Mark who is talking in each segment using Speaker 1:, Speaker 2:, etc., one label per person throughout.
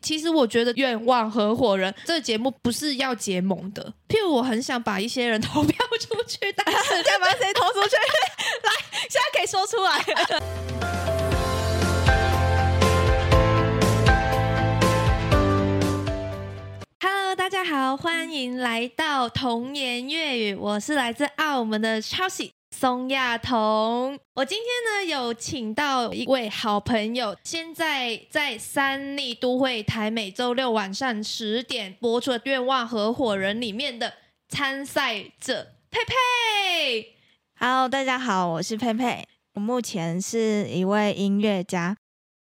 Speaker 1: 其实我觉得愿望合伙人这个节目不是要结盟的，譬如我很想把一些人投票出去，但是
Speaker 2: 干嘛谁投 出去？来，现在可以说出来。
Speaker 1: Hello，大家好，欢迎来到童言粤语，我是来自澳门的 Chelsea 松亚彤。我今天呢有请到一位好朋友，现在在三立都会台每周六晚上十点播出的《愿望合伙人》里面的参赛者佩佩。
Speaker 2: Hello，大家好，我是佩佩，我目前是一位音乐家，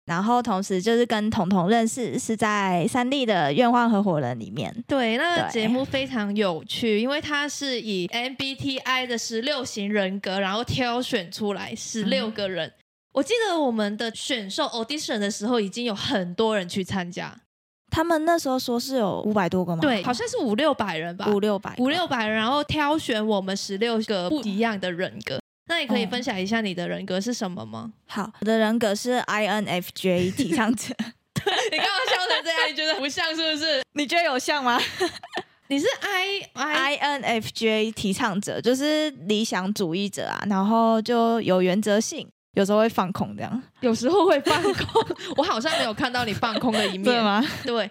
Speaker 2: 然后同时就是跟彤彤认识是在三立的愿望合伙人里面。
Speaker 1: 对，那个
Speaker 2: 对
Speaker 1: 节目非常有趣，因为它是以 MBTI 的十六型人格，然后挑选出来十
Speaker 2: 嗯
Speaker 1: 六个人。我记得我们的选秀 audition 的时候，已经有很多人去参加，
Speaker 2: 他们那时候说是有五百多个吗？
Speaker 1: 对，好像是五六百人吧，
Speaker 2: 五六百，
Speaker 1: 五六百人，然后挑选我们十六个不一样的人格。那你可以
Speaker 2: 嗯
Speaker 1: 分享一下你的人格是什么吗？
Speaker 2: 好，我的人格是 INFJ 提倡者，
Speaker 1: 你刚刚笑成这样，你觉得不像是不是？
Speaker 2: 你觉得有像 吗
Speaker 1: 你是 I I
Speaker 2: ？INFJ 提倡者就是理想主义者啊，然后就有原则性，有时候会放空这样，
Speaker 1: 有时候会放空， 我好像没有看到你放空的一面
Speaker 2: 对。吗？
Speaker 1: 对，但是为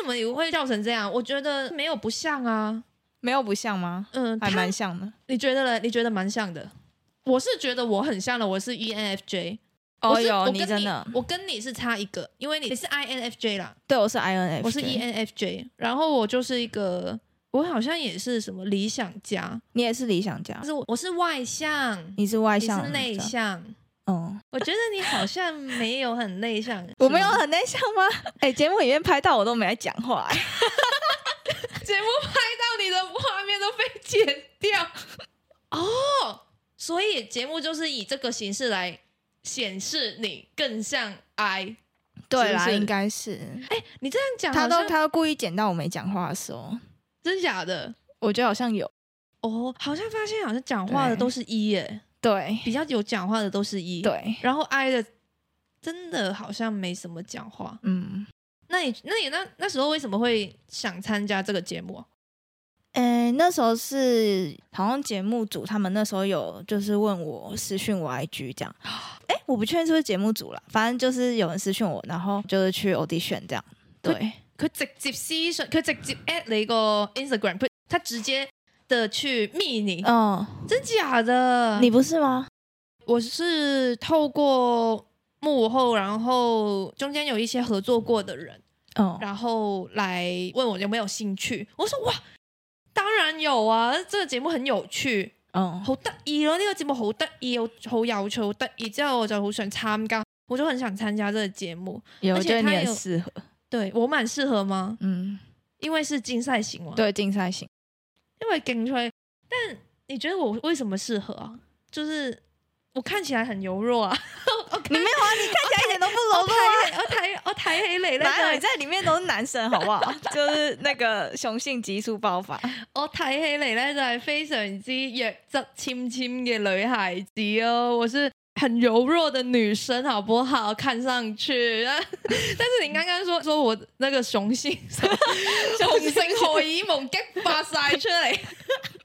Speaker 1: 什么你会笑成这样？我觉得没有不像啊，
Speaker 2: 没有不像吗？
Speaker 1: 嗯，
Speaker 2: 还
Speaker 1: 他
Speaker 2: 蛮像的。
Speaker 1: 你觉得呢？你觉得蛮像的。我是觉得我很像的，我是 E ENFJ。我
Speaker 2: 哦
Speaker 1: 是我
Speaker 2: 哟，
Speaker 1: 跟
Speaker 2: 你真的，
Speaker 1: 我跟你是差一个，因为你是 INFJ 啦，
Speaker 2: 对我是 INFJ，
Speaker 1: 我是 E ENFJ，然后我就是一个，我好像也是什么理想家，
Speaker 2: 你也是理想家
Speaker 1: 但，是我我是外向，
Speaker 2: 你是外
Speaker 1: 你
Speaker 2: 向，
Speaker 1: 是内，向，
Speaker 2: 嗯，
Speaker 1: 我觉得你好像没有很内向，
Speaker 2: 我没有
Speaker 1: 是吗
Speaker 2: 很内向吗？哎，节目里面拍到我都没在讲 话，哎
Speaker 1: 节目拍到你的画面都被剪掉。哦，所以节目就是以这个形式来显示你更像 I。
Speaker 2: 对啦，
Speaker 1: 是
Speaker 2: 应该是，哎
Speaker 1: 你这样讲好
Speaker 2: 他
Speaker 1: 像，
Speaker 2: 都他都故意剪到我没讲话的时候，
Speaker 1: 真假的？
Speaker 2: 我觉得好像有，
Speaker 1: 哦，好像发现好像讲话的
Speaker 2: 对
Speaker 1: 都是 E 耶，
Speaker 2: 对
Speaker 1: 比较有讲话的都是 E。，
Speaker 2: 对，
Speaker 1: 然后 I 的真的好像没什么讲话。
Speaker 2: 嗯。
Speaker 1: 那你那你那那时候为什么会想参加这个节目啊、
Speaker 2: 嗯、那时候是好像节目组他们那时候有就是问我私讯我 IG 这样，哎、我不确定是不是节目组啦，反正就是有人私讯我，然后就是去 audition 这样。对，
Speaker 1: 佢直接私信，佢直接 at 你個 Instagram，佢他直接的去密你，
Speaker 2: 嗯，
Speaker 1: 真假的？
Speaker 2: 你不是吗？
Speaker 1: 我是透过幕后，然后中间有一些合作过的人，
Speaker 2: 嗯，
Speaker 1: 然后来问我有没有兴趣。我说哇，当然有啊，这個節目很有趣，
Speaker 2: 嗯，
Speaker 1: 好得意咯！呢、個節目好得意，好好有趣，好得意。之後我就好想參加，我就很想參加這個節目。
Speaker 2: 有，
Speaker 1: 而
Speaker 2: 我
Speaker 1: 且
Speaker 2: 觉得
Speaker 1: 他
Speaker 2: 你很
Speaker 1: 有
Speaker 2: 适合。
Speaker 1: 對我蠻適合嗎？
Speaker 2: 嗯，
Speaker 1: 因為是競賽型嘛。
Speaker 2: 对，竞赛型。
Speaker 1: 因为颈椎，但你觉得我为什么适合啊？就是我看起来很柔弱啊，
Speaker 2: 你没有啊？你看起来一点 都不柔弱啊！
Speaker 1: 我抬我抬我抬起嚟
Speaker 2: 哪有？
Speaker 1: 咧
Speaker 2: 你
Speaker 1: 就，
Speaker 2: 在里面都是男生，好不 好？就是那个雄性激素爆 发。
Speaker 1: 我睇起嚟咧就係非常之弱質纖纖嘅女孩子哦，我是很柔弱的女生，好不好？看上去，但 但是你刚刚说说我那个雄 性雄性荷爾蒙激發晒出嚟。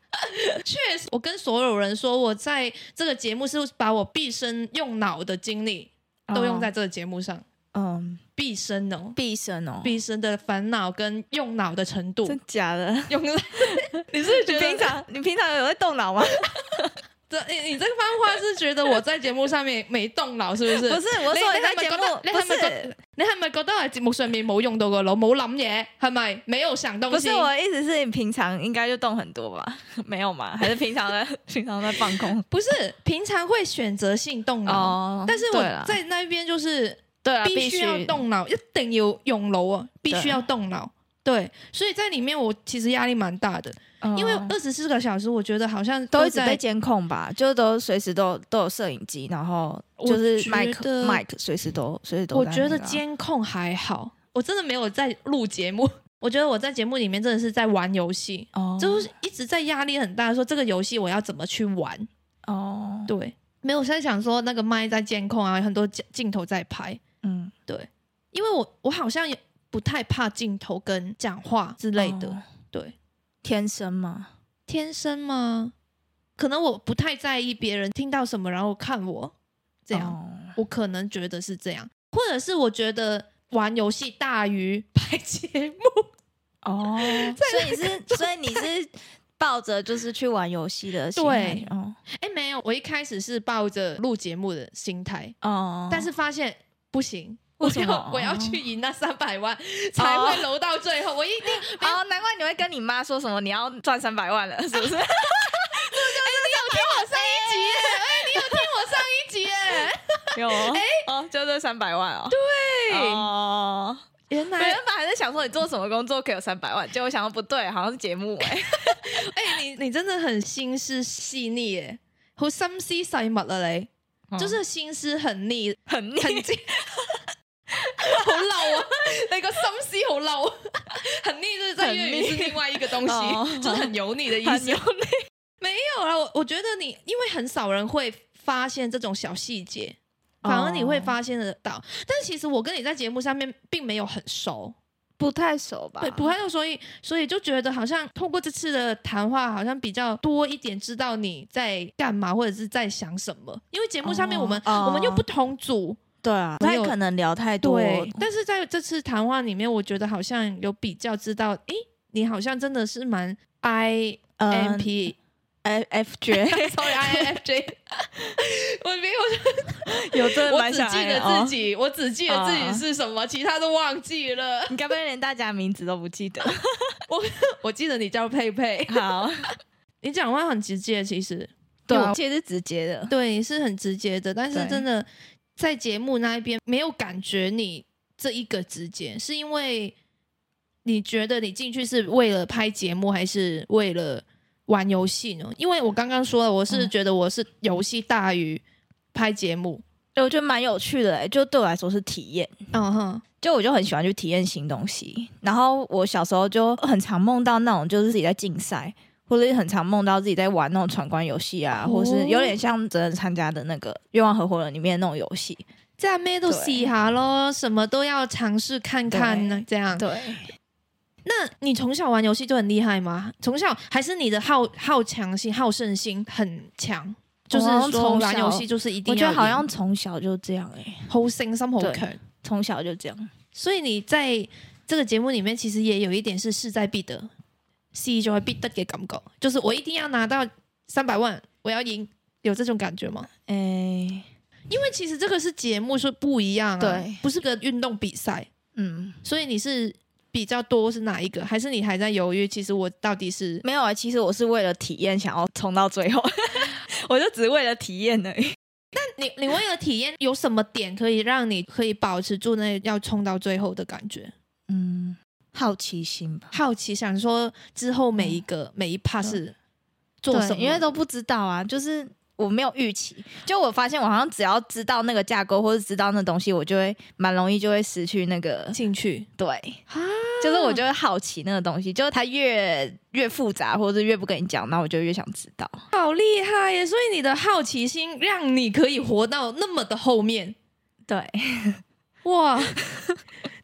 Speaker 1: 确实，我跟所有人说，我在这个节目是把我毕生用脑的精力都用在这个节目上，
Speaker 2: 嗯，
Speaker 1: 毕生哦，
Speaker 2: 毕生哦，
Speaker 1: 毕生的烦恼跟用脑的程度
Speaker 2: 真假的？
Speaker 1: 用在。你是不是觉得
Speaker 2: 你平常你平常有在动脑吗？
Speaker 1: 这你你这番话是觉得我在节目上面没动脑是不是？
Speaker 2: 不是，我
Speaker 1: 你
Speaker 2: 说
Speaker 1: 你
Speaker 2: 在
Speaker 1: 係咪
Speaker 2: 节
Speaker 1: 覺
Speaker 2: 目
Speaker 1: 得你
Speaker 2: 不
Speaker 1: 係咪覺
Speaker 2: 是
Speaker 1: 你系咪觉得喺节目上面冇用到个脑，冇谂嘢，系咪没有想东
Speaker 2: 不
Speaker 1: 西？
Speaker 2: 是我的意思是你平常应该就动很多吧？ 没有吗？还是平常在 平常在放空？
Speaker 1: 不是平常会选择性动脑，
Speaker 2: 哦
Speaker 1: 但是
Speaker 2: 对
Speaker 1: 我
Speaker 2: 啦
Speaker 1: 在那边就是
Speaker 2: 对啊，
Speaker 1: 必
Speaker 2: 必
Speaker 1: 须要，动脑，一定要用脑啊，必须要动脑。对，所以在里面我其实压力蛮大的，
Speaker 2: 嗯
Speaker 1: 因为二十四个小时，我觉得好像
Speaker 2: 都一直被
Speaker 1: 在
Speaker 2: 监控吧，就都随时都都有摄影机，然后就是
Speaker 1: 我
Speaker 2: 麦
Speaker 1: 觉得
Speaker 2: 克麦克随时都随时都
Speaker 1: 我
Speaker 2: 在
Speaker 1: 觉
Speaker 2: 那
Speaker 1: 得
Speaker 2: 个啊
Speaker 1: 监控还好，我真的没有在录节目。 我觉得我在节目里面真的是在玩游戏，
Speaker 2: 哦
Speaker 1: 就是一直在压力很大，说这个游戏我要怎么去玩。
Speaker 2: 哦
Speaker 1: 对，没有我现在想说那个麦在监控啊，有很多镜镜头在拍，
Speaker 2: 嗯
Speaker 1: 因为我我好像有不太怕镜头跟讲话之类的。
Speaker 2: 哦
Speaker 1: 对，
Speaker 2: 天生吗？
Speaker 1: 天生吗？可能我不太在意别人听到什么，然后看我这样。
Speaker 2: 哦
Speaker 1: 我可能觉得是这样，或者是我觉得玩游戏大于 拍节目，
Speaker 2: 哦， 所以你是，所以你是抱着就是去玩游戏的心态
Speaker 1: 对
Speaker 2: 哦
Speaker 1: 哎，没有，我一开始是抱着录节目的心态，
Speaker 2: 哦，
Speaker 1: 但是发现不行。我
Speaker 2: 为什
Speaker 1: 要
Speaker 2: 么
Speaker 1: 我要去赢那三百万，才会留到最后。我一定
Speaker 2: 哦，难怪你会跟你妈说什么你要赚三百万了，是 不是？
Speaker 1: 急耶！哎，你有听我上一集耶？
Speaker 2: 有哎，哦，就这三百万哦，
Speaker 1: 哎
Speaker 2: 哦，
Speaker 1: 原
Speaker 2: 我原本还在想说你做什么工作可以有三百万，结果想到不对，好像是节目哎、
Speaker 1: 哎，你你真的很心思细腻耶，好心思細密啊！你就是心思很腻，
Speaker 2: 很腻，
Speaker 1: 很精，好漏啊！那个心思好漏啊，很腻，哦就是在粤语是另外一个东西，
Speaker 2: 很腻
Speaker 1: 就是很油腻的意
Speaker 2: 很
Speaker 1: 思
Speaker 2: 有。力。
Speaker 1: 没有啦，我我觉得你因为很少人会发现这种小细节，
Speaker 2: 哦
Speaker 1: 反而你会发现得到。但其实我跟你在节目上面并没有很熟，
Speaker 2: 不太熟吧
Speaker 1: 对，不太熟，所以所以就觉得好像通过这次的谈话，好像比较多一点知道你在干嘛或者是在想什么。因为节目上面
Speaker 2: 哦
Speaker 1: 我们、
Speaker 2: 哦
Speaker 1: 我们又不同组，
Speaker 2: 对啊，不太可能聊太多。
Speaker 1: 对，但是在这次谈话里面，我觉得好像有比较知道，诶，你好像真的是蛮 I
Speaker 2: 嗯
Speaker 1: M P、
Speaker 2: ，F F 觉
Speaker 1: Sorry I N F J，我没有，
Speaker 2: 有真的 哦
Speaker 1: 我
Speaker 2: 蛮
Speaker 1: 只
Speaker 2: 想
Speaker 1: 记得自己，我只记得自己是什么，其他都忘记了。
Speaker 2: 你该不会连大家名字都不记 得？啊
Speaker 1: 我记得你叫佩佩，
Speaker 2: 好，
Speaker 1: 你讲话很直接，其实
Speaker 2: 对
Speaker 1: 有
Speaker 2: 啊，其实是直接的。
Speaker 1: 对，你是很直接的，但是
Speaker 2: 对
Speaker 1: 真的在节目那一边没有感觉你这一个直接，是因为你觉得你进去是为了拍节目，还是为了玩游戏呢？因为我刚刚说了，我是
Speaker 2: 嗯
Speaker 1: 觉得我是游戏大于拍节目，
Speaker 2: 对，我觉得蛮有趣的、欸，就对我来说是体验。
Speaker 1: 嗯哼，
Speaker 2: 就我就很喜欢去体验新东西，然后我小时候就很常梦到那种就是自己在竞赛，或者很常梦到自己在玩那种闯关游戏啊，
Speaker 1: 哦
Speaker 2: 或是有点像真的参加的那个愿望合伙人里面的那种游戏。
Speaker 1: 在咩都
Speaker 2: 对
Speaker 1: 试下咯，什么都要尝试看看呢，这样。
Speaker 2: 对，
Speaker 1: 那你从小玩游戏就很厉害吗？从小还是你的好好强心、好胜心很强？就是
Speaker 2: 好像
Speaker 1: 说
Speaker 2: 从
Speaker 1: 玩
Speaker 2: 小
Speaker 1: 游戏就是一定
Speaker 2: 我
Speaker 1: 要
Speaker 2: 觉
Speaker 1: 赢，
Speaker 2: 得好像从小就这样哎、
Speaker 1: 好胜心好
Speaker 2: 对
Speaker 1: 强。
Speaker 2: 从小就这样。
Speaker 1: 所以你在这个节目里面，其实也有一点是势在必得，是就会必得嘅感觉，就是我一定要拿到三百万，我要赢，有这种感觉吗？
Speaker 2: 哎、
Speaker 1: 因为其实这个是节目是不一样、啊，
Speaker 2: 对，
Speaker 1: 不是个运动比赛，
Speaker 2: 嗯，
Speaker 1: 所以你是比较多是哪一个？还是你还在犹豫？其实我到底是
Speaker 2: 没有啊、其实我是为了体验，想要冲到最后， 我就只是为了体验而已。
Speaker 1: 你你为了体验有什么点可以让你可以保持住那要冲到最后的感觉？
Speaker 2: 嗯，好奇心吧。
Speaker 1: 好奇想说之后每一个、每一 part 是做什么？
Speaker 2: 对，因为都不知道啊，就是我没有预期。就我发现，我好像只要知道那个架构或者知道那东西，我就会蛮容易就会失去那个
Speaker 1: 进去
Speaker 2: 对，
Speaker 1: 啊，
Speaker 2: 就是我就会好奇那个东西，就是它越越复杂，或者是越不跟你讲，那我就越想知道。
Speaker 1: 好厉害耶！所以你的好奇心让你可以活到那么的后面，
Speaker 2: 对，
Speaker 1: 哇！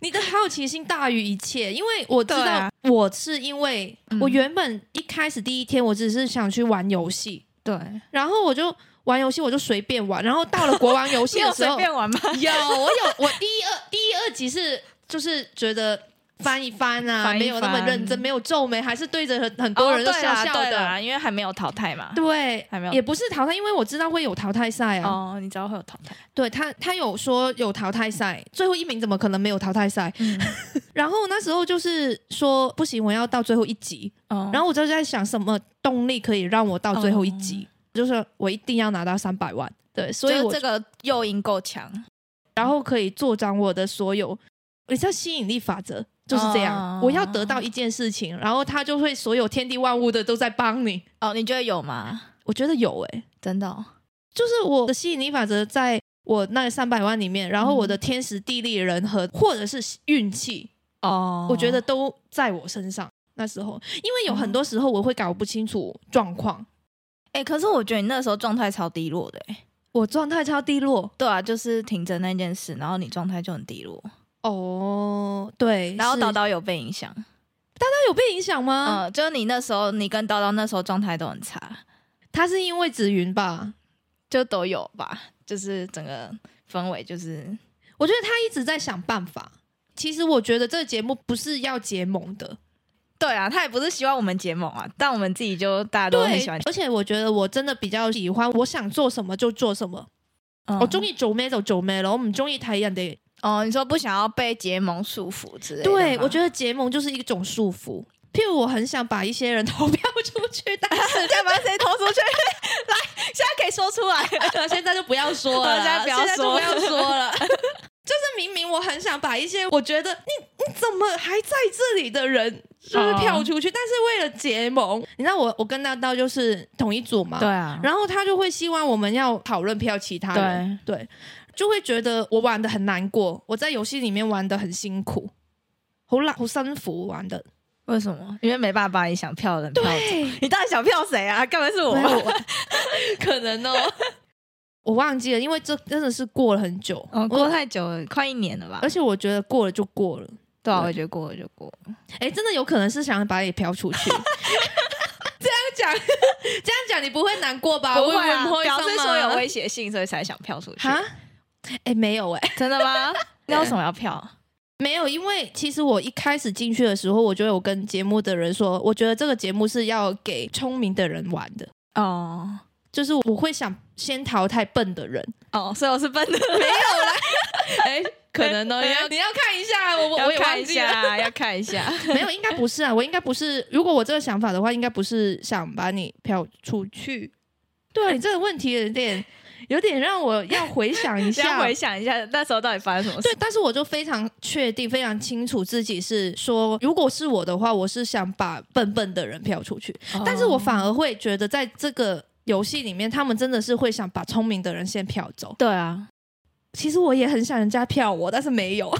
Speaker 1: 你的好奇心大于一切，因为我知
Speaker 2: 对
Speaker 1: 道
Speaker 2: 啊
Speaker 1: 我是因为
Speaker 2: 嗯
Speaker 1: 我原本一开始第一天我只是想去玩游戏，
Speaker 2: 对，
Speaker 1: 然后我就玩游戏我就随便玩，然后到了国王游戏
Speaker 2: 你有
Speaker 1: 的时
Speaker 2: 随
Speaker 1: 候，
Speaker 2: 便玩吗？
Speaker 1: 有，我有，我第一二第一二集是就是觉得翻一翻啊，
Speaker 2: 翻一
Speaker 1: 没
Speaker 2: 翻哦
Speaker 1: 有那么认真，没有皱眉，还是对着很很多人都笑笑
Speaker 2: 对啊
Speaker 1: 的。
Speaker 2: 啦，因为还没有淘汰嘛。
Speaker 1: 对，
Speaker 2: 还没有
Speaker 1: 也不是淘汰，因为我知道会有淘汰赛啊。
Speaker 2: 哦，你知道会有淘汰，
Speaker 1: 对他，他有说有淘汰赛，最后一名怎么可能没有淘汰赛？
Speaker 2: 嗯，
Speaker 1: 然后那时候就是说不行，我要到最后一集。
Speaker 2: 哦
Speaker 1: 然后我就在想，什么动力可以让我到最后一
Speaker 2: 哦
Speaker 1: 集？就是我一定要拿到三百万。对，所
Speaker 2: 所
Speaker 1: 以
Speaker 2: 以
Speaker 1: 我
Speaker 2: 这个诱因够强，
Speaker 1: 然后可以助长我的所有。你知道吸引力法则就是这样，
Speaker 2: 哦
Speaker 1: 我要得到一件事情，然后他就会所有天地万物的都在帮你。
Speaker 2: 哦，你觉得有吗？
Speaker 1: 我觉得有诶、
Speaker 2: 真的哦、
Speaker 1: 就是我的吸引力法则在我那三百万里面，然后我
Speaker 2: 嗯
Speaker 1: 的天时地利人和或者是运气，
Speaker 2: 哦
Speaker 1: 我觉得都在我身上。那时候，因为有很多时候我会搞不清楚状况，
Speaker 2: 哎、可是我觉得你那时候状态超低落的、欸。
Speaker 1: 我状态超低落
Speaker 2: 对啊，就是停着那件事，然后你状态就很低落。
Speaker 1: 哦，对，
Speaker 2: 然后
Speaker 1: 是
Speaker 2: 叨叨有被影响，
Speaker 1: 他有被影响吗？
Speaker 2: 嗯，就是你那时候你跟叨叨那时候状态都很差，
Speaker 1: 他是因为紫云吧？
Speaker 2: 就都有吧，就是整个氛围就是
Speaker 1: 我觉得他一直在想办法。其实我觉得这个节目不是要结盟的，
Speaker 2: 对啊，他也不是希望我们结盟啊，但我们自己就大家都很喜欢，
Speaker 1: 而且我觉得我真的比较喜欢，我想做什么就做什么。
Speaker 2: 嗯
Speaker 1: 我中意做咩就做咩咯，我唔中意睇人哋。
Speaker 2: 哦，你说不想要被结盟束缚之类的吗，
Speaker 1: 对，我觉得结盟就是一种束缚。譬如我很想把一些人投票出去，但是
Speaker 2: 干嘛谁投出去？来，现在可以说出来。
Speaker 1: 现在就不要说了啦，
Speaker 2: 现在不要
Speaker 1: 就
Speaker 2: 说
Speaker 1: 不要说 了。 就是明明我很想把一些我觉得你你怎么还在这里的人，就是
Speaker 2: 哦
Speaker 1: 票出去，但是为了结盟，你知道我我跟大刀就是同一组嘛，
Speaker 2: 对啊，
Speaker 1: 然后他就会希望我们要讨论票其他人，对就会觉得我玩的很难过，我在游戏里面玩的很辛苦，好懒好辛苦玩的，
Speaker 2: 为什么？因为没办法把你想票的人票走。
Speaker 1: 对，
Speaker 2: 你到底想票谁啊？干嘛是我
Speaker 1: 没
Speaker 2: 吗？
Speaker 1: 有 可能哦，我忘记了，因为这真的是过了很久，
Speaker 2: 嗯，
Speaker 1: 我
Speaker 2: 过太久了，快一年了吧
Speaker 1: 而？且我觉得过了就过了，
Speaker 2: 对啊，
Speaker 1: 对
Speaker 2: 我觉得过了就过了。
Speaker 1: 哎，真的有可能是想把你飘出去。 这样讲， 这样讲你不会难过
Speaker 2: 啊
Speaker 1: 吧？我也会
Speaker 2: 表示
Speaker 1: 伤
Speaker 2: 说有
Speaker 1: 吗
Speaker 2: 威胁性，所以才想票出去。
Speaker 1: 哈？哎，没有哎、
Speaker 2: 真的 吗？那为什么要票？
Speaker 1: 没有，因为其实我一开始进去的时候，我就有跟节目的人说，我觉得这个节目是要给聪明的人玩的，
Speaker 2: 哦
Speaker 1: 就是我会想先淘汰笨的人。
Speaker 2: 哦，所以我是笨的，
Speaker 1: 哎，可能呢，你要你要看一下，我我我也
Speaker 2: 看
Speaker 1: 忘
Speaker 2: 一
Speaker 1: 记了，
Speaker 2: 下， 要看一下。
Speaker 1: 没有，应该不是啊，我应该不是。如果我这个想法的话，应该不是想把你飘出去。对啊，你这个问题有点有点让我 要回想一
Speaker 2: 先
Speaker 1: 下，
Speaker 2: 回想一下那时候到底发生什么事
Speaker 1: 对，。但是我就非常确定、非常清楚自己是说，如果是我的话，我是想把笨笨的人飘出去，但
Speaker 2: 哦
Speaker 1: 是我反而会觉得在这个。游戏里面，他们真的是会想把聪明的人先飘走。
Speaker 2: 对啊，
Speaker 1: 其实我也很想人家票我，但是没 有。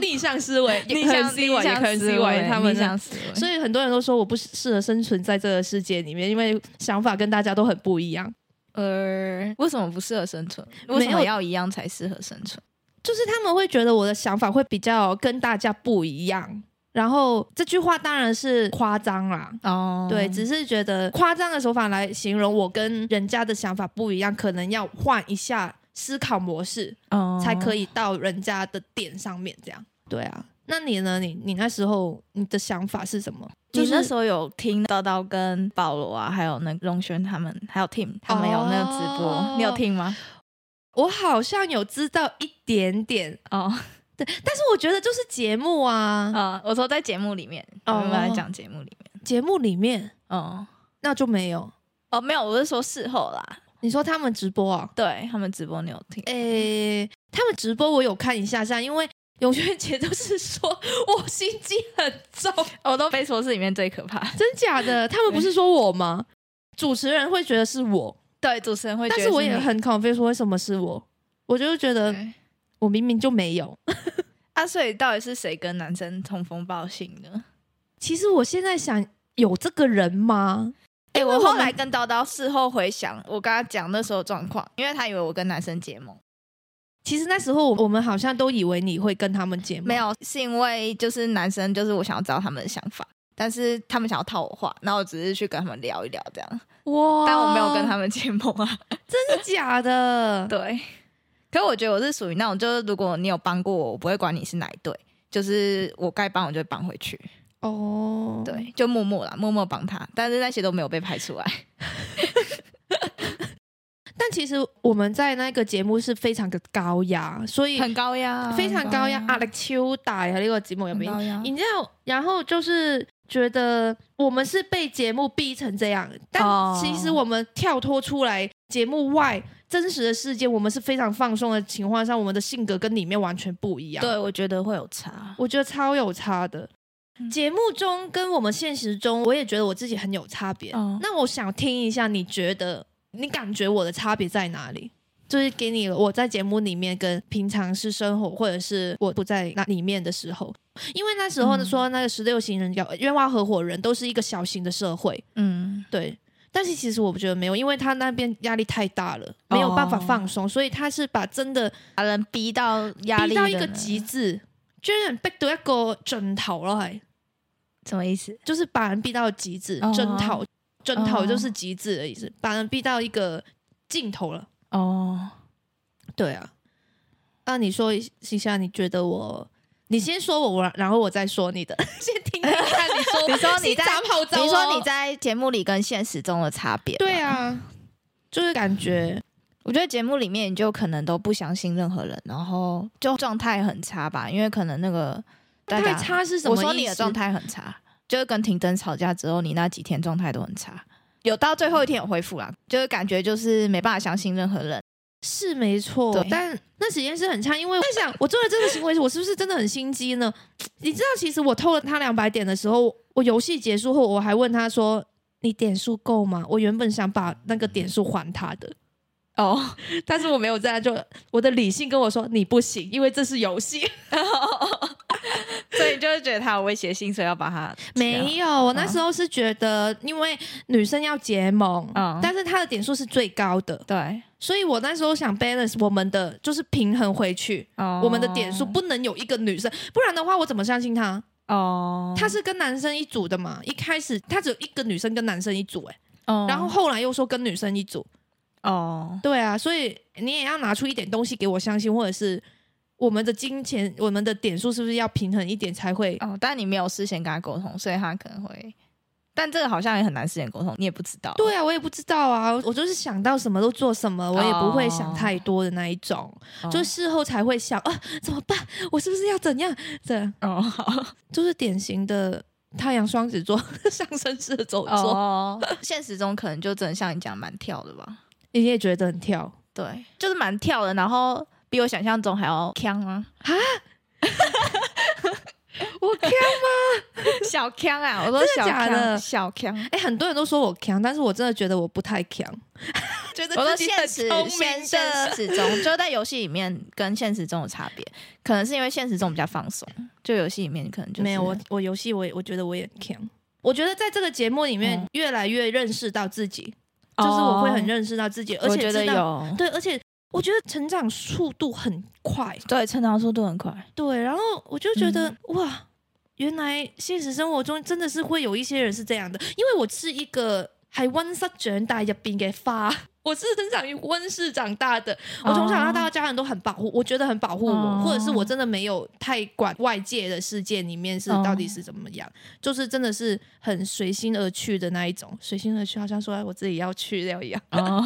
Speaker 1: 逆向思维，
Speaker 2: 逆
Speaker 1: 也
Speaker 2: 向
Speaker 1: 很 C
Speaker 2: 思
Speaker 1: 维，也
Speaker 2: 维，
Speaker 1: 很 C 维他们
Speaker 2: 逆
Speaker 1: 呢
Speaker 2: 向思维。
Speaker 1: 所以很多人都说我不适合生存在这个世界里面，因为想法跟大家都很不一样。
Speaker 2: 呃，为什么不适合生存？
Speaker 1: 没有
Speaker 2: 为什么要一样才适合生存？
Speaker 1: 就是他们会觉得我的想法会比较跟大家不一样。然后这句话当然是夸张啦，
Speaker 2: 哦
Speaker 1: 对，只是觉得夸张的手法来形容我跟人家的想法不一样，可能要换一下思考模式
Speaker 2: 哦
Speaker 1: 才可
Speaker 2: 以。
Speaker 1: 以到人家的点上面。这样，嗯对啊。那你呢？你你那时候你的想法是什么？
Speaker 2: 你那时
Speaker 1: 候
Speaker 2: 候有听叨叨跟保罗啊，还有那个荣轩他们，还有 Tim 他们有那个直播，
Speaker 1: 哦
Speaker 2: 你有听吗？
Speaker 1: 我好像有知道一点点，
Speaker 2: 哦
Speaker 1: 但是我觉得就是节目啊，
Speaker 2: 啊，我说在节目里面，
Speaker 1: 哦
Speaker 2: 我们来讲节目里面。
Speaker 1: 节目里面
Speaker 2: 哦
Speaker 1: 那就没有。
Speaker 2: 哦，没有，我是说事后啦。
Speaker 1: 你说他们直播啊？
Speaker 2: 对他们直播你有听？
Speaker 1: 诶、他们直播我有看一下下，因为永轩姐都是说我心机很重，
Speaker 2: 哦我都被说是里面最可怕。
Speaker 1: 真假的？他们不是说我吗？主持人会觉得是我，
Speaker 2: 对，主持人会觉
Speaker 1: 但
Speaker 2: 得
Speaker 1: 是我也
Speaker 2: 你
Speaker 1: 很 confused，说为什么是我？我就觉得
Speaker 2: 对
Speaker 1: 我明明就没有。
Speaker 2: 啊，所以到底是谁跟男生通风报信的？
Speaker 1: 其实我现在想，有这个人吗？
Speaker 2: 哎、
Speaker 1: 因为
Speaker 2: 我
Speaker 1: 我
Speaker 2: 后
Speaker 1: 们
Speaker 2: 来跟叨叨事后回想，我跟他讲那时候的状况，因为他以为我跟男生结盟，
Speaker 1: 其实那时候我们好像都以为你会跟他们结盟，
Speaker 2: 没有，是因为就是男生就是我想要知道他们的想法，但是他们想要套我话，然后我只是去跟他们聊一聊这样，
Speaker 1: 哇！
Speaker 2: 但我没有跟他，们结盟啊。
Speaker 1: 真的假的？
Speaker 2: 对，可是我觉得我是属于那种，就是如果你有帮过我，我不会管你是哪一队，就是我该帮我就会帮回去，
Speaker 1: 哦，
Speaker 2: 对，就默默啦，默默帮他，但是那些都没有被排啊出来。
Speaker 1: 但其实我们在那个节目是非常的高压，所以
Speaker 2: 很高压，啊
Speaker 1: 非常高压，压
Speaker 2: 很
Speaker 1: 力超大呀！呢个节目入
Speaker 2: 很
Speaker 1: 面，
Speaker 2: 高压。
Speaker 1: 然后然后就是觉得我们是被节目逼成这样，但
Speaker 2: 哦
Speaker 1: 其实我们跳脱出来节目外真实的世界，我们是非常放松的情况下，我们的性格跟里面完全不一样。
Speaker 2: 对，我觉得会有差。
Speaker 1: 我觉得超有差的。
Speaker 2: 嗯
Speaker 1: 节目中跟我们现实中，我也觉得我自己很有差别。
Speaker 2: 哦
Speaker 1: 那我想听一下，你觉得你感觉我的差别在哪里？就是给你我在节目里面跟平常是生活，或者是我不在那里面的时候，因为那时候呢
Speaker 2: 嗯
Speaker 1: 说那个十六型人妖冤枉合伙人都是一个小型的社会，
Speaker 2: 嗯，
Speaker 1: 对，但是其实我觉得没有，因为他那边压力太大了，
Speaker 2: 哦
Speaker 1: 没有办法放松，所以他是把真的
Speaker 2: 把人逼到压
Speaker 1: 逼
Speaker 2: 力
Speaker 1: 到一个
Speaker 2: 的呢
Speaker 1: 极致，將人逼到一個盡頭咯，係
Speaker 2: 什么意思？
Speaker 1: 就是把人逼到極致，
Speaker 2: 哦
Speaker 1: 盡頭盡頭
Speaker 2: 哦
Speaker 1: 就是極致的意思，把人逼到一个尽头了。
Speaker 2: 哦，
Speaker 1: 对啊，那你说一一下，你觉得我？你先说我，我然后我再说 你的。先听一
Speaker 2: 哦
Speaker 1: 下你说，
Speaker 2: 你说你在
Speaker 1: 心脏好糟哦
Speaker 2: 你说你在节目里跟现实中的差别？
Speaker 1: 对，啊，就是感觉
Speaker 2: 我觉得节目里面你就可能都不相信任何人，然后就状态很差吧，因为可能那个大
Speaker 1: 太
Speaker 2: 家，
Speaker 1: 差是什么
Speaker 2: 我
Speaker 1: 意思？
Speaker 2: 说你的状态很差，就是跟停灯吵架之后，你那几天状态都很差。有到最后一天有恢复啦，就是感觉就是没办法相信任何人。
Speaker 1: 是没错
Speaker 2: 对，
Speaker 1: 但那实验室很差，因为我在想，我做了这个行为，我是不是真的很心机呢？你知道，其实我偷了他两百点的时候，我游戏结束后，我还问他说：“你点数够吗？”我原本想把那个点数还他的，
Speaker 2: 哦，
Speaker 1: 但是我没有这样，就我的理性跟我说：“你不行，因为这是游戏。
Speaker 2: 所以你就是觉得他有威胁性，所以要把他”
Speaker 1: 没有，我
Speaker 2: 嗯
Speaker 1: 那时候是觉得，因为女生要结盟，
Speaker 2: 嗯
Speaker 1: 但是她的点数是最高的，
Speaker 2: 对，
Speaker 1: 所以我那时候想 balance 我们的，就是平衡回去。
Speaker 2: 哦
Speaker 1: 我们的点数不能有一个女生，不然的话我怎么相信他？
Speaker 2: 哦，
Speaker 1: 他是跟男生一组的嘛，一开始他只有一个女生跟男生一组、欸，
Speaker 2: 哦
Speaker 1: 然后后来又说跟女生一组，
Speaker 2: 哦，
Speaker 1: 对啊，所以你也要拿出一点东西给我相信，或者是我们的金钱、我们的点数是不是要平衡一点才会？
Speaker 2: 哦，但你没有事先跟他沟通，所以他可能会，但这个好像也很难事先沟通，你也不知道。
Speaker 1: 对啊，我也不知道啊，我就是想到什么都做什么，我也不会想
Speaker 2: 哦
Speaker 1: 太多的那一种，
Speaker 2: 哦，
Speaker 1: 就是事后才会想啊，怎么办？我是不是要怎样？这样
Speaker 2: 哦，好
Speaker 1: 就是典型的太阳双子座 上升射手座。
Speaker 2: 哦，现实中可能就真的像你讲蛮跳的吧？
Speaker 1: 你也觉得很跳，
Speaker 2: 对，就是蛮跳的，然后比我想象中还要强啊，
Speaker 1: 我 看，
Speaker 2: 小强啊！我说
Speaker 1: 真的
Speaker 2: 小
Speaker 1: 假的
Speaker 2: 强，小强。
Speaker 1: 哎、很多人都说我强，但是我真的觉得我不太强， 觉得
Speaker 2: 我说
Speaker 1: 自己
Speaker 2: 现
Speaker 1: 很
Speaker 2: 实
Speaker 1: 聪，
Speaker 2: 现
Speaker 1: 明
Speaker 2: 现
Speaker 1: 的。
Speaker 2: 实中，就在游戏里面跟现实中有差别，可能是因为现实中比较放松，就游戏里面可能就是
Speaker 1: 没有我，我游戏我也我觉得我也很强。嗯我觉得在这个节目里面，越来越认识到自己，就是我会很
Speaker 2: 认。
Speaker 1: 认识到自己，而
Speaker 2: 哦我
Speaker 1: 且
Speaker 2: 觉得
Speaker 1: 知道
Speaker 2: 有
Speaker 1: 对，而且我觉得成长速度很快，
Speaker 2: 对，成长速度很快。
Speaker 1: 对。然后我就觉
Speaker 2: 嗯
Speaker 1: 得、哇，原来现实生活中真的是会有一些人是这样的，因为我是一个喺温室长大入边嘅花，我是生长于温室长大的，我从小到大，家人都很保护，我觉得很保护我，
Speaker 2: 哦
Speaker 1: 或者是我真的没有太管外界的世界里面是
Speaker 2: 哦
Speaker 1: 到底是怎么样，就是真的是很随心而去的那一种，随心而去，好像说哎我自己要去掉一样。
Speaker 2: 哦，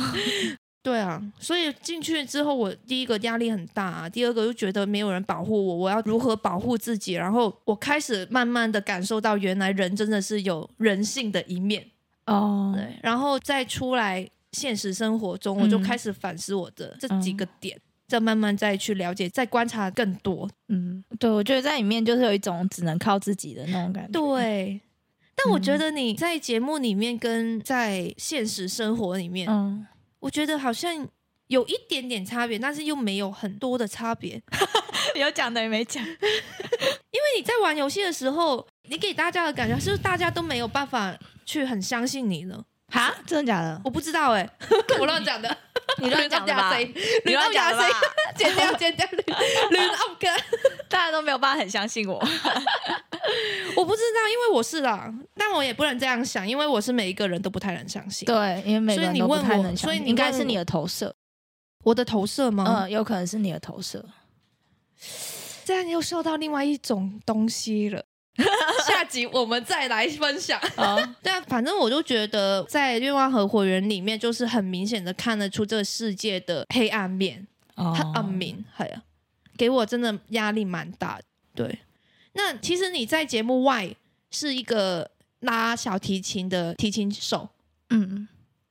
Speaker 1: 对啊，所以进去之后，我第一个压力很大、啊，第二个又觉得没有人保护我，我要如何保护自己？然后我开始慢慢的感受到，原来人真的是有人性的一面。
Speaker 2: 哦，
Speaker 1: 对，然后再出来现实生活中，我就
Speaker 2: 嗯
Speaker 1: 开始反思我的这几个点，再慢慢再去了解，再观察更多。
Speaker 2: 嗯，对，我觉得在里面就是有一种只能靠自己的那种感觉。
Speaker 1: 对，但我觉
Speaker 2: 嗯
Speaker 1: 得你在节目里面跟在现实生活里面，
Speaker 2: 嗯，
Speaker 1: 我觉得好像有一点点差别，但是又没有很多的差别。
Speaker 2: 有讲的也没讲。
Speaker 1: 因为你在玩游戏的时候，你给大家的感觉是不是大家都没有办法去很相信你呢？
Speaker 2: 哈，真的假 的？
Speaker 1: 我不知道哎、我 乱讲的，
Speaker 2: 你乱讲的
Speaker 1: 牙
Speaker 2: 吧
Speaker 1: 谁？
Speaker 2: 你乱讲的吧
Speaker 1: 谁？剪 掉，剪 掉，乱噏梗。
Speaker 2: 大家都没有办法很相信我。
Speaker 1: 我不知道，因为我是啦，但我也不能这样想，因为我是每一个人都不太能相信。
Speaker 2: 对，因为每个人都不太能相
Speaker 1: 所以你问我所以
Speaker 2: 信，
Speaker 1: 你
Speaker 2: 应该
Speaker 1: 问
Speaker 2: 是你
Speaker 1: 我
Speaker 2: 的投射。
Speaker 1: 我的投射吗？
Speaker 2: 嗯，有可能是你的投射。
Speaker 1: 这样又受到另外一种东西 了。下集我们再来分享。
Speaker 2: 哦，
Speaker 1: 但反正我就觉得，在《愿望合伙人》里面，就是很明显的看得出这个世界的黑暗面，
Speaker 2: 哦
Speaker 1: 黑暗面，系啊，给我真的压力蛮大的。对，那其实你在节目外是一个拉小提琴的提琴手，
Speaker 2: 嗯，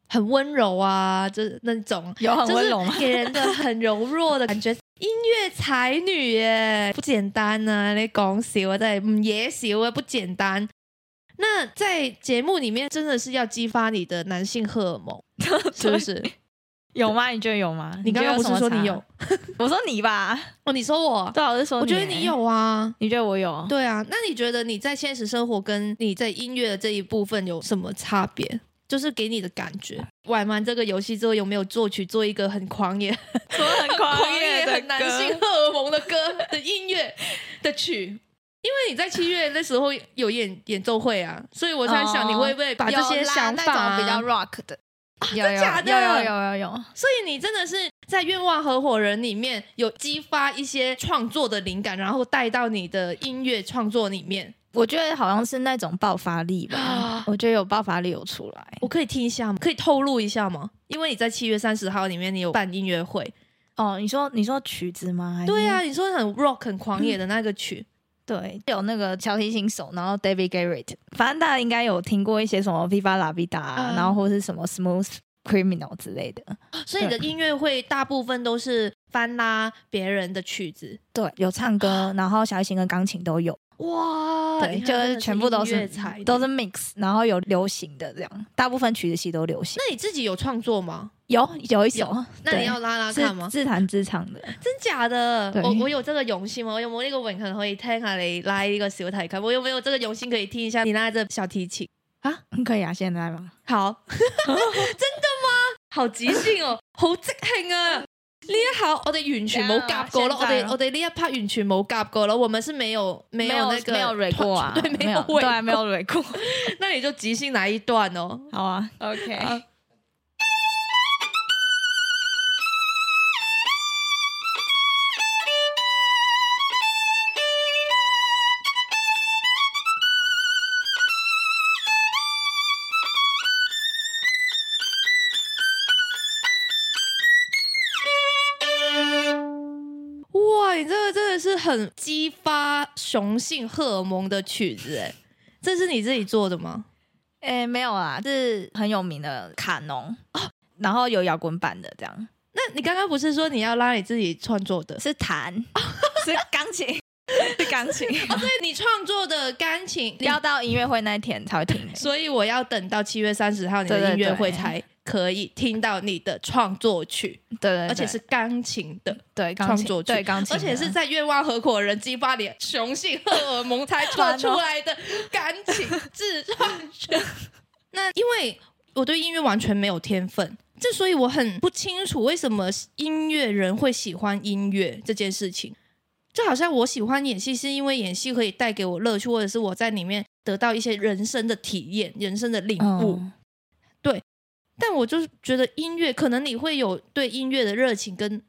Speaker 1: 很温柔啊，这那种
Speaker 2: 有很温柔
Speaker 1: 就
Speaker 2: 吗
Speaker 1: 是？给人的很柔弱的感觉。音乐才女耶，不简单啊！你讲笑啊，真系唔野笑啊，不简单。那在节目里面，真的是要激发你的男性荷尔蒙，是不是？
Speaker 2: 有吗？你觉得有吗？
Speaker 1: 你刚刚
Speaker 2: 觉
Speaker 1: 不
Speaker 2: 得
Speaker 1: 是说
Speaker 2: 什么
Speaker 1: 你有？
Speaker 2: 差？我说你吧。
Speaker 1: 哦，你说我，
Speaker 2: 对啊，我是说，
Speaker 1: 我觉得你。有啊。
Speaker 2: 你觉得我有？
Speaker 1: 对啊，那你觉得你在现实生活跟你在音乐的这一部分有什么差别？就是给你的感觉。玩完这个游戏之后，有没有作曲做一个很狂 野、
Speaker 2: 说很
Speaker 1: 狂
Speaker 2: 狂
Speaker 1: 野、很男性荷尔蒙的歌的音乐 的曲？因为你在七月那时候有演演奏会啊，所以我才
Speaker 2: 哦
Speaker 1: 想你会不会哦把这些想法啊、
Speaker 2: 比较 rock 的，有
Speaker 1: 真假的
Speaker 2: 有有有有有，
Speaker 1: 所以你真的是在愿望合伙人里面有激发一些创作的灵感，然后带到你的音乐创作里面。
Speaker 2: 我觉得好像是那种爆发 力吧，我觉得有爆发力有出来
Speaker 1: 我可以听一下吗？可以透露一下吗？因为你在七月三十号里面你有办音乐会，
Speaker 2: 哦。你说你说曲子吗？还是
Speaker 1: 对啊，你说很 rock 很狂野的那个曲，
Speaker 2: 对，有那个小提琴手，然后 David Garrett，反正大家应该有听过一些什么 Viva La Vida，、啊
Speaker 1: 嗯
Speaker 2: 然后或是什么 Smooth Criminal 之类的。
Speaker 1: 所以你的音乐会大部分都是翻拉别人的曲子，
Speaker 2: 对，有唱歌，然后小提琴跟钢琴都有。
Speaker 1: 哇
Speaker 2: 对，
Speaker 1: 啊哦你
Speaker 2: 就
Speaker 1: 看真的
Speaker 2: 是全部都
Speaker 1: 音乐
Speaker 2: 是
Speaker 1: 才
Speaker 2: 都是
Speaker 1: 的。
Speaker 2: mix，然后有流行的这样，大部分曲子系都流行。
Speaker 1: 那你自己有创作吗？
Speaker 2: 有有一首，
Speaker 1: 那你
Speaker 2: 对
Speaker 1: 要拉拉
Speaker 2: 是
Speaker 1: 看吗？
Speaker 2: 自弹自唱的，
Speaker 1: 真假的？
Speaker 2: 對
Speaker 1: 我我有这个勇心吗？我有冇呢個榮幸可以聽下你拉呢個小提琴？我有冇有這個勇心可以聽一下你拉這小提琴？
Speaker 2: 可以啊，现在吗？
Speaker 1: 好， 真的嗎？好即興哦，好即興啊！呢一下我哋完全冇夾過咯，我
Speaker 2: 呀現在
Speaker 1: 哋
Speaker 2: 咯
Speaker 1: 我哋呢一 part 完全冇夾過咯，我們是沒有沒有那個
Speaker 2: 没有蕊过啊，
Speaker 1: 對，沒
Speaker 2: 没
Speaker 1: 有蕊
Speaker 2: 对，没有蕊过。
Speaker 1: 那你就即興來一段哦。
Speaker 2: 好啊，OK，
Speaker 1: 好哇，你这个真的是很激发雄性荷尔蒙的曲子哎，这是你自己做的吗？
Speaker 2: 诶，没有啦，是很有名的卡农，
Speaker 1: 哦
Speaker 2: 然后有摇滚版的，这样
Speaker 1: 那你刚刚不是说你要拉你自己创作的？
Speaker 2: 是 弹，是钢琴，是钢琴，
Speaker 1: 所以你创作的钢琴
Speaker 2: 要到音乐会那一天才 会听。
Speaker 1: 所以我要等到七月三十号你
Speaker 2: 对
Speaker 1: 的
Speaker 2: 对
Speaker 1: 音乐
Speaker 2: 对
Speaker 1: 会才可以听到你的创作曲，
Speaker 2: 对对，对
Speaker 1: 而且是钢琴的，
Speaker 2: 对钢
Speaker 1: 创
Speaker 2: 琴
Speaker 1: 作曲
Speaker 2: 对钢琴
Speaker 1: 而
Speaker 2: 的，
Speaker 1: 且是在愿望合伙人激发你雄性荷尔蒙 才做出来的钢琴自创曲。 那因为我对音乐完全没有天分，之所以我很不清楚为什么音乐人会喜欢音乐这件事情。就好像我喜欢演戏，是因为演戏可以带给我乐趣，或者是我在里面得到一些人生的体验、人生的领悟。
Speaker 2: 嗯，
Speaker 1: 但我就是觉得音乐，可能你会有对音乐的热情跟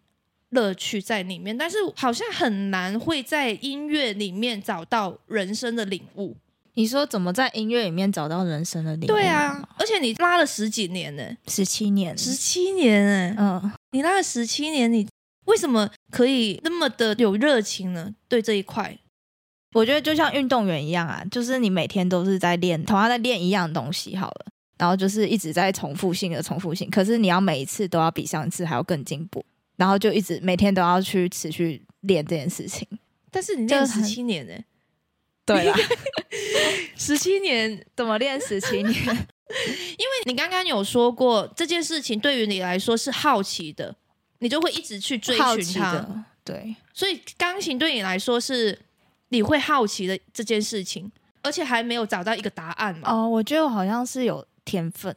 Speaker 1: 乐趣在里面，但是好像很难会在音乐里面找到人生的领悟。
Speaker 2: 你说怎么在音乐里面找到人生的领？
Speaker 1: 对，啊，而且你拉了十几年呢、
Speaker 2: 十七年，
Speaker 1: 十七年哎、
Speaker 2: 嗯，
Speaker 1: 你拉了十七年，你为什么可以那么的有热情呢？对这一块，
Speaker 2: 我觉得就像运动员一样啊，就是你每天都是在练，同样在练一样东西好了，然后就是一直在重复性的重复性，可是你要每一次都要比上一次还要更进步，然后就一直每天都要去持续练这件事情。
Speaker 1: 但是你
Speaker 2: 这
Speaker 1: 练
Speaker 2: 个
Speaker 1: 十
Speaker 2: 很
Speaker 1: 七年呢、
Speaker 2: 对啦，
Speaker 1: 十七年
Speaker 2: 怎么练十七年？
Speaker 1: 你刚刚有说过这件事情对于你来说是好奇的，你就会一直去 追
Speaker 2: 好
Speaker 1: 寻
Speaker 2: 奇
Speaker 1: 它。
Speaker 2: 的，对，
Speaker 1: 所以钢琴对你来说是你会好奇的这件事情，而且还没有找到一个答案嘛？
Speaker 2: 哦，我觉得我好像是有天分，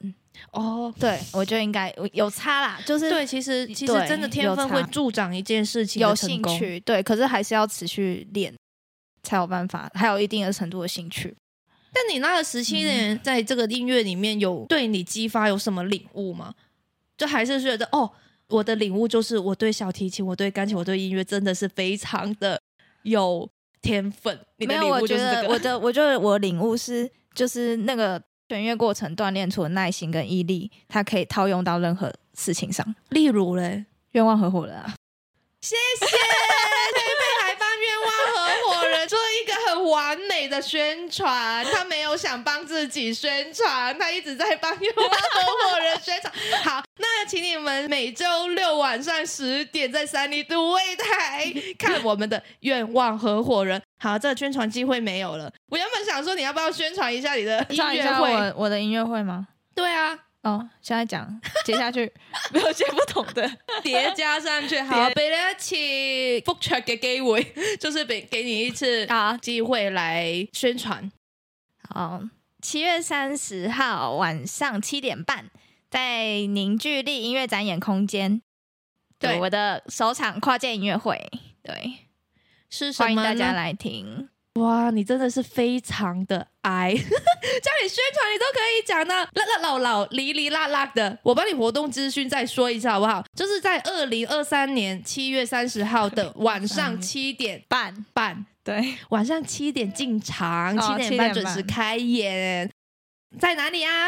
Speaker 1: 哦，
Speaker 2: 对我觉得应该有有差啦，就是
Speaker 1: 对，其实其实
Speaker 2: 对
Speaker 1: 真的天分
Speaker 2: 有差
Speaker 1: 会助长一件事情的
Speaker 2: 有
Speaker 1: 成
Speaker 2: 兴
Speaker 1: 功。
Speaker 2: 趣，对，可是还是要持续练才有办法，还有一定的程度的兴趣。
Speaker 1: 但你那个十
Speaker 2: 嗯
Speaker 1: 七年在这个音乐里面有对你激发有什么领悟吗？就还是觉得哦，我的领悟就是我对小提琴、我对钢琴、我对音乐真的是非常的有天分。你的
Speaker 2: 没有，
Speaker 1: 领
Speaker 2: 我
Speaker 1: 悟
Speaker 2: 觉
Speaker 1: 就是这
Speaker 2: 得我
Speaker 1: 个。
Speaker 2: 的，我觉得我领悟是，就是那个弦乐过程锻炼出的耐心跟毅力，它可以套用到任何事情上。
Speaker 1: 例如嘞，
Speaker 2: 愿望合伙人啊，
Speaker 1: 谢谢 推背还帮冤枉合伙人做一个很完美的宣传，他没有想帮自己宣传，他一直在帮冤枉合伙人宣传。好，那请你们每周六晚上十点在三立都卫台看我们的愿望合伙人。好，这个宣传机会没有了。我原本想说你要不要宣传一下你的音
Speaker 2: 上一
Speaker 1: 乐
Speaker 2: 下
Speaker 1: 会？
Speaker 2: 我我的音乐会吗？
Speaker 1: 对啊，
Speaker 2: 哦，现在讲，接 下去没有接不懂的。
Speaker 1: 叠加上去，好，俾你一次复出嘅机 会，就是俾给你一次
Speaker 2: 啊
Speaker 1: 机会来宣传。
Speaker 2: 好，七月三十号晚上七点半，在凝聚力音乐展演空间，
Speaker 1: 对
Speaker 2: 我的首场跨界音乐会，对，
Speaker 1: 是什
Speaker 2: 欢迎
Speaker 1: 么
Speaker 2: 大家
Speaker 1: 呢
Speaker 2: 来听。
Speaker 1: 哇，你真的是非常的哀， 叫你宣传你都可以讲的，啦啦老老哩哩啦啦的。我帮你活动资讯再说一下好不好？就是在二零二三年七月三十号的晚上七点
Speaker 2: 办
Speaker 1: 半，
Speaker 2: 对，
Speaker 1: 晚上七点进场，
Speaker 2: 哦
Speaker 1: 七点半
Speaker 2: 7点半
Speaker 1: 准时开演，在哪里啊？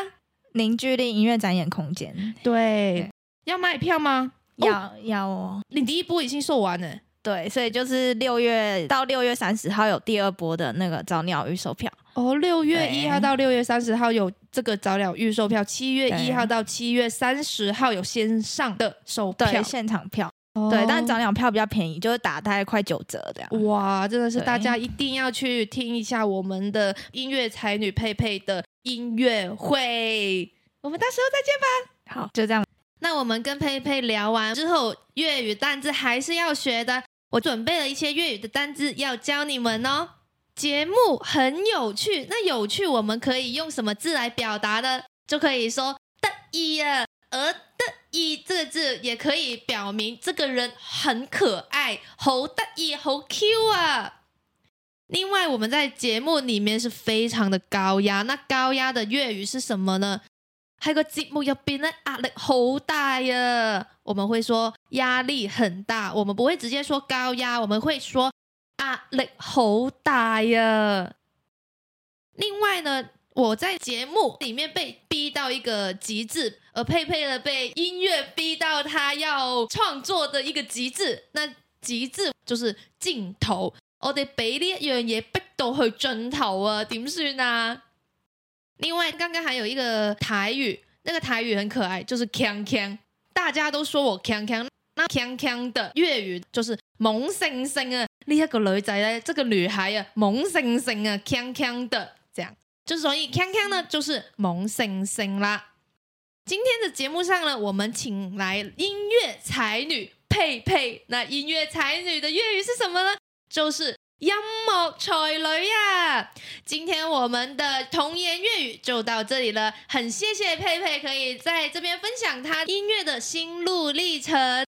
Speaker 2: 凝聚力音乐展演空间
Speaker 1: 对，要卖票吗？
Speaker 2: 要、要哦，
Speaker 1: 你第一波已经售完了，
Speaker 2: 对，所以就是六月到六月三十号有第二波的那个早鸟预售票，
Speaker 1: 哦，六月
Speaker 2: 对
Speaker 1: 一号到六月三十号有这个早鸟预售票，七月
Speaker 2: 对
Speaker 1: 一号到七月三十号有线上的售票，
Speaker 2: 对，现场票，
Speaker 1: 哦
Speaker 2: 对，但早鸟票比较便宜，就是打大概快九折这样。
Speaker 1: 哇，真的是
Speaker 2: 对
Speaker 1: 大家一定要去听一下我们的音乐才女佩佩的音乐会，我们到时候再见吧。
Speaker 2: 好，就这样。
Speaker 1: 那我们跟佩佩聊完之后，粤语单字还是要学的。我准备了一些粤语的单字要教你们哦。节目很有趣，那有趣我们可以用什么字来表达呢？就可以说得意啊，而得意这个字也可以表明这个人很可爱，好得意，好 Q 啊。另外，我们在节目里面是非常的高压，那高压的粤语是什么呢？喺个节目入边咧，压力好大呀。我们会说压力很大，我们不会直接说高压，我们会说压力好大呀。另外呢，我在节目里面被逼到一个极致，呃而佩佩呢被音乐逼到他要创作的一个极致，那极致就是镜头。我哋俾呢一样嘢逼到去尽头啊，点算啊？另外，刚刚还有一个台语，那个台语很可爱，就是锵锵，大家都说我锵锵，那锵锵的粤语就是懵猩猩啊，呢、一个女仔呢，这个女孩啊，懵猩猩啊，锵锵的这样，就所以锵锵呢就是懵猩猩啦。今天的节目上呢，我们请来音乐才女佩佩，那音乐才女的粤语是什么呢？就是音乐才女啊。今天我们的童言粤语就到这里了，很谢谢佩佩可以在这边分享她音乐的心路历程。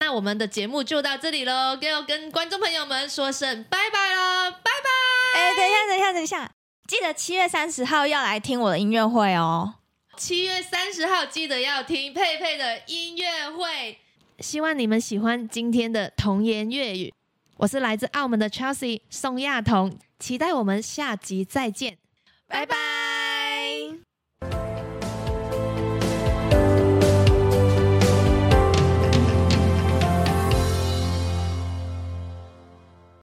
Speaker 1: 那我们的节目就到这里喽，要跟观众朋友们说声拜拜喽，拜拜！
Speaker 2: 哎、等一下，等一下，等一下，记得七月三十号要来听我的音乐会哦。
Speaker 1: 七月三十号记得要听佩佩的音乐会。希望你们喜欢今天的童言粤语，我是来自澳门的 Chelsea 宋亚彤，期待我们下集再见，拜拜